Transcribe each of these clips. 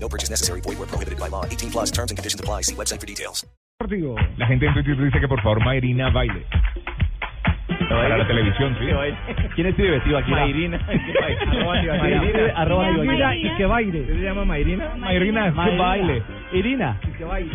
No purchase necessary. Void where prohibited by law. 18 plus terms and conditions apply. See website for details. partido. La gente en Twitter dice que por favor Mayrina baile. Para la televisión, sí. ¿Quién es divertido aquí? Mayrina. Mayrina, arroba Mayrina y que baile. ¿Se llama Mayrina? Mayrina, que baile. Irina. Y que baile.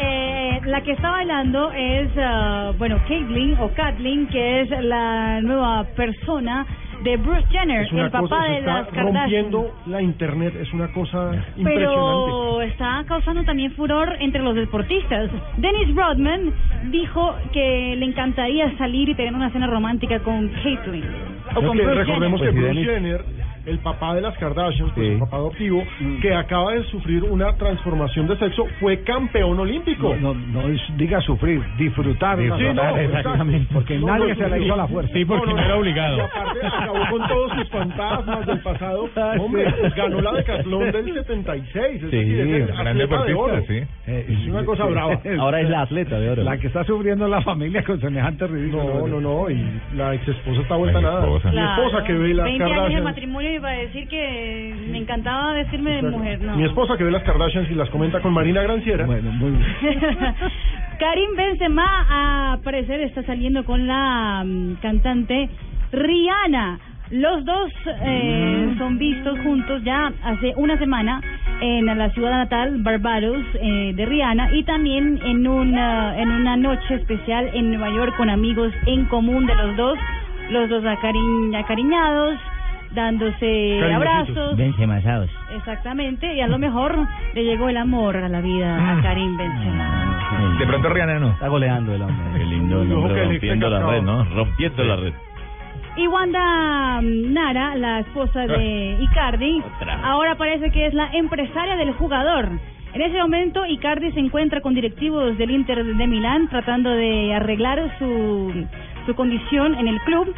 Eh, la que está bailando es, ah, bueno, Caitlyn o Kathleen, que es la nueva persona de Bruce Jenner, Es una el papá cosa, se de está las Kardashian. rompiendo la internet, es una cosa impresionante. Pero está causando también furor entre los deportistas. Dennis Rodman dijo que le encantaría salir y tener una cena romántica con Caitlyn. O Creo con que Bruce recordemos Jenner. Pues, que Bruce Jenner, el papá de las Kardashian, pues el papá adoptivo, Mm. que acaba de sufrir una transformación de sexo, fue campeón olímpico. No, no es- diga sufrir, disfrutar. Disfrutar, exactamente. Porque No, nadie no, se la sí. hizo a la fuerza. Sí, porque no era Y obligado. aparte acabó con todos sus fantasmas del pasado. Ah, Hombre, sí. pues ganó la decatlón del 76. Es Sí, decir, es el gran atleta de deportista, oro. sí. Eh, Es una cosa brava. Ahora es la atleta de La que está sufriendo es la familia con semejante ridículo. No, no, no, y la ex esposa está vuelta La nada. exesposa. Mi esposa Claro. que ve las 20 años de Kardashians. matrimonio y iba a decir que me encantaba decirme de mujer, no. Mi esposa que ve las Kardashians y las comenta con Marina Granciera. Bueno, muy bien. Karim Benzema a parecer está saliendo con la mm, cantante Rihanna. Los dos eh, son vistos juntos ya hace una semana en la ciudad natal Barbados eh, de Rihanna y también en una en una noche especial en Nueva York con amigos en común de los dos, los dos acariñ- acariñados, dándose Cariñositos. abrazos. Benzemasados. Exactamente, y a lo mejor le llegó el amor a la vida a Karim Benzema. De pronto Rihanna no. Está goleando el hombre. Qué lindo el Ojo que hombre el rompiendo la extranjero. red, ¿no? Rompiendo la red. Y Wanda mm, Nara, la esposa de Icardi, Otra vez. ahora parece que es la empresaria del jugador. En ese momento, Icardi se encuentra con directivos del Inter de Milán tratando de arreglar su, su condición en el club.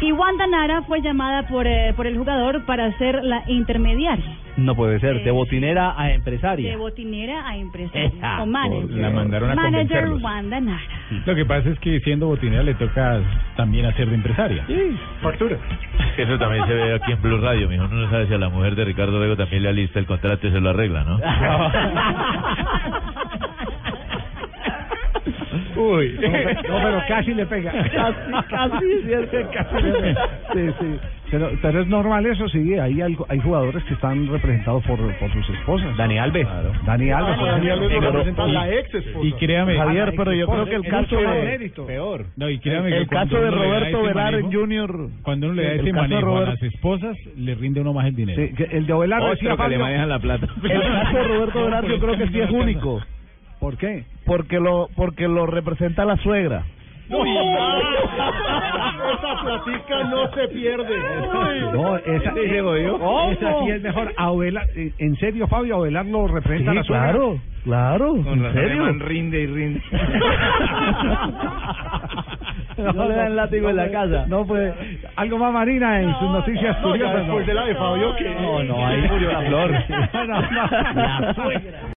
Y Wanda Nara fue llamada por, eh, por el jugador para ser la intermediaria, No puede ser, de botinera a de empresaria. botinera a empresaria, Esa, o manager. la mandaron a manager convencerlos. Wanda Nara. Lo que pasa es que siendo botinera le toca también hacer de empresaria. Factura. Eso también se ve aquí en Blue Radio, mijo. Uno no sabe si a la mujer de Ricardo Rego también le alista el contrato y se lo arregla, ¿no? Uy. No, pe- no, pero casi le pega. Casi, casi, sí, es que casi le pega. Sí, sí. Pero, pero es normal eso, sí. Hay, algo, hay jugadores que están representados por, por sus esposas. Dani Alves. Dani Alves. por Daniel ejemplo. Alves lo Pero- representa Ah, y- la ex esposa. Y créame, Javier, pero yo creo que el caso mucho de- peor. No, y créame que El cuando caso de uno le da Roberto ese Velar manejo- Jr. Cuando uno le da El ese caso de manejo a Robert- las esposas, le rinde uno más el dinero. Sí, que el de Ovelar decía Otro Oh, que le Ah, Fabio, manejan la plata. El caso de Roberto No, Velar pero yo creo que sí es no alcanza. único. ¿Por qué? Porque lo porque lo representa la suegra. Uy, esa platica no se pierde. No, esa, esa sí es mejor. A Ovelar, eh, en serio, Fabio, a Ovelar lo representa la suegra. Claro, claro. ¿En serio? rinde y rinde. No le dan látigo en la casa. No puede. Algo más, Marina, en sus noticias No, ya curiosas. después de la de Fabio que... No, no, ahí murió la flor. No, no, no. La suegra.